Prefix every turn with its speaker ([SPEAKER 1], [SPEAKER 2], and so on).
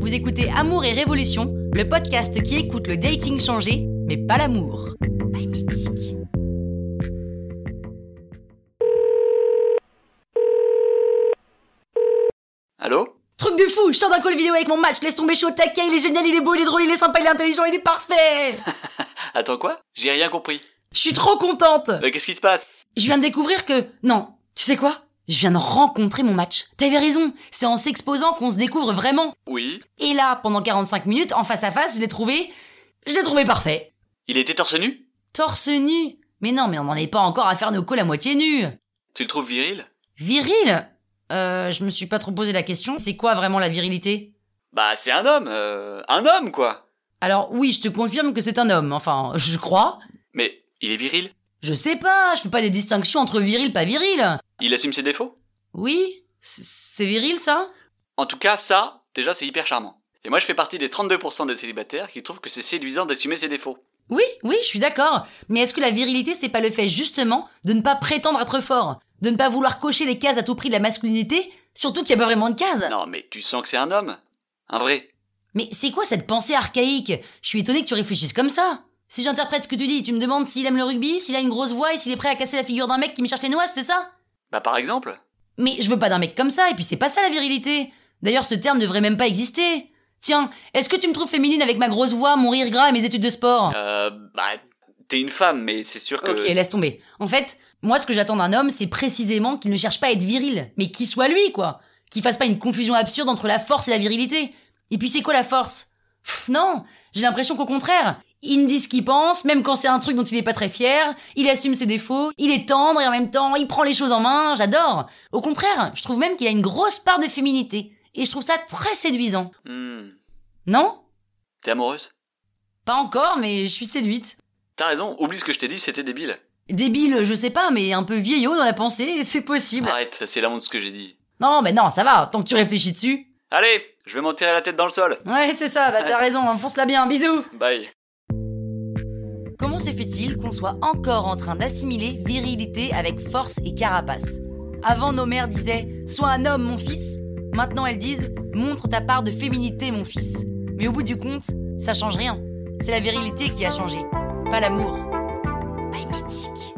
[SPEAKER 1] Vous écoutez Amour et Révolution, le podcast qui écoute le dating changé, mais pas l'amour. By Mythique.
[SPEAKER 2] Allô
[SPEAKER 1] Truc de fou, je sors d'un call vidéo avec mon match, laisse tomber, je suis au taquet, il est génial, il est beau, il est drôle, il est sympa, il est intelligent, il est parfait
[SPEAKER 2] Attends quoi J'ai rien compris.
[SPEAKER 1] Je suis trop contente
[SPEAKER 2] Mais qu'est-ce qui se passe
[SPEAKER 1] Je viens de découvrir que... Non, tu sais quoi Je viens de rencontrer mon match. T'avais raison, c'est en s'exposant qu'on se découvre vraiment.
[SPEAKER 2] Oui.
[SPEAKER 1] Et là, pendant 45 minutes, en face à face, je l'ai trouvé... Je l'ai trouvé parfait.
[SPEAKER 2] Il était torse nu
[SPEAKER 1] Torse nu Mais non, mais on n'en est pas encore à faire nos calls à moitié nus
[SPEAKER 2] Tu le trouves viril
[SPEAKER 1] Viril Euh, je me suis pas trop posé la question. C'est quoi vraiment la virilité
[SPEAKER 2] Bah c'est un homme, euh, un homme quoi
[SPEAKER 1] Alors oui, je te confirme que c'est un homme, enfin, je crois.
[SPEAKER 2] Mais il est viril
[SPEAKER 1] Je sais pas, je fais pas des distinctions entre viril pas viril.
[SPEAKER 2] Il assume ses défauts
[SPEAKER 1] Oui C'est- C'est viril ça
[SPEAKER 2] En tout cas ça, déjà c'est hyper charmant. Et moi je fais partie des 32% des célibataires qui trouvent que c'est séduisant d'assumer ses défauts.
[SPEAKER 1] Oui, oui, je suis d'accord. Mais est-ce que la virilité, c'est pas le fait justement de ne pas prétendre être fort De ne pas vouloir cocher les cases à tout prix de la masculinité Surtout qu'il y a pas vraiment de cases
[SPEAKER 2] Non mais tu sens que c'est un homme Un vrai
[SPEAKER 1] Mais c'est quoi cette pensée archaïque Je suis étonnée que tu réfléchisses comme ça. Si j'interprète ce que tu dis, tu me demandes s'il aime le rugby, s'il a une grosse voix et s'il est prêt à casser la figure d'un mec qui me cherche les noises, c'est ça
[SPEAKER 2] Bah par exemple
[SPEAKER 1] Mais je veux pas d'un mec comme ça, et puis c'est pas ça la virilité. D'ailleurs, ce terme ne devrait même pas exister. Tiens, est-ce que tu me trouves féminine avec ma grosse voix, mon rire gras et mes études de sport
[SPEAKER 2] Euh bah t'es une femme mais c'est sûr que...
[SPEAKER 1] Ok, laisse tomber. En fait, moi, ce que j'attends d'un homme, c'est précisément qu'il ne cherche pas à être viril, mais qu'il soit lui, quoi. Qu'il fasse pas une confusion absurde entre la force et la virilité. Et puis, c'est quoi la force Pff, Non, j'ai l'impression qu'au contraire, il me dit ce qu'il pense, même quand c'est un truc dont il est pas très fier, il assume ses défauts, il est tendre et en même temps, il prend les choses en main, j'adore. Au contraire, je trouve même qu'il a une grosse part de féminité. Et je trouve ça très séduisant.
[SPEAKER 2] Hmm,
[SPEAKER 1] Non
[SPEAKER 2] t'es amoureuse
[SPEAKER 1] Pas encore, mais je suis séduite.
[SPEAKER 2] T'as raison, oublie ce que je t'ai dit, c'était débile.
[SPEAKER 1] Débile, je sais pas, mais un peu vieillot dans la pensée, c'est possible.
[SPEAKER 2] Arrête, c'est la honte ce que j'ai dit.
[SPEAKER 1] Non, mais non, ça va, tant que tu réfléchis dessus.
[SPEAKER 2] Allez, je vais m'en tirer la tête dans le sol.
[SPEAKER 1] Ouais, c'est ça, bah, t'as raison, enfonce-la bien, bisous
[SPEAKER 2] Bye.
[SPEAKER 1] Comment se fait-il qu'on soit encore en train d'assimiler virilité avec force et carapace Avant, nos mères disaient « Sois un homme, mon fils ». Maintenant, elles disent « Montre ta part de féminité, mon fils ». Mais au bout du compte, ça change rien. C'est la virilité qui a changé, pas l'amour. Pas mythique.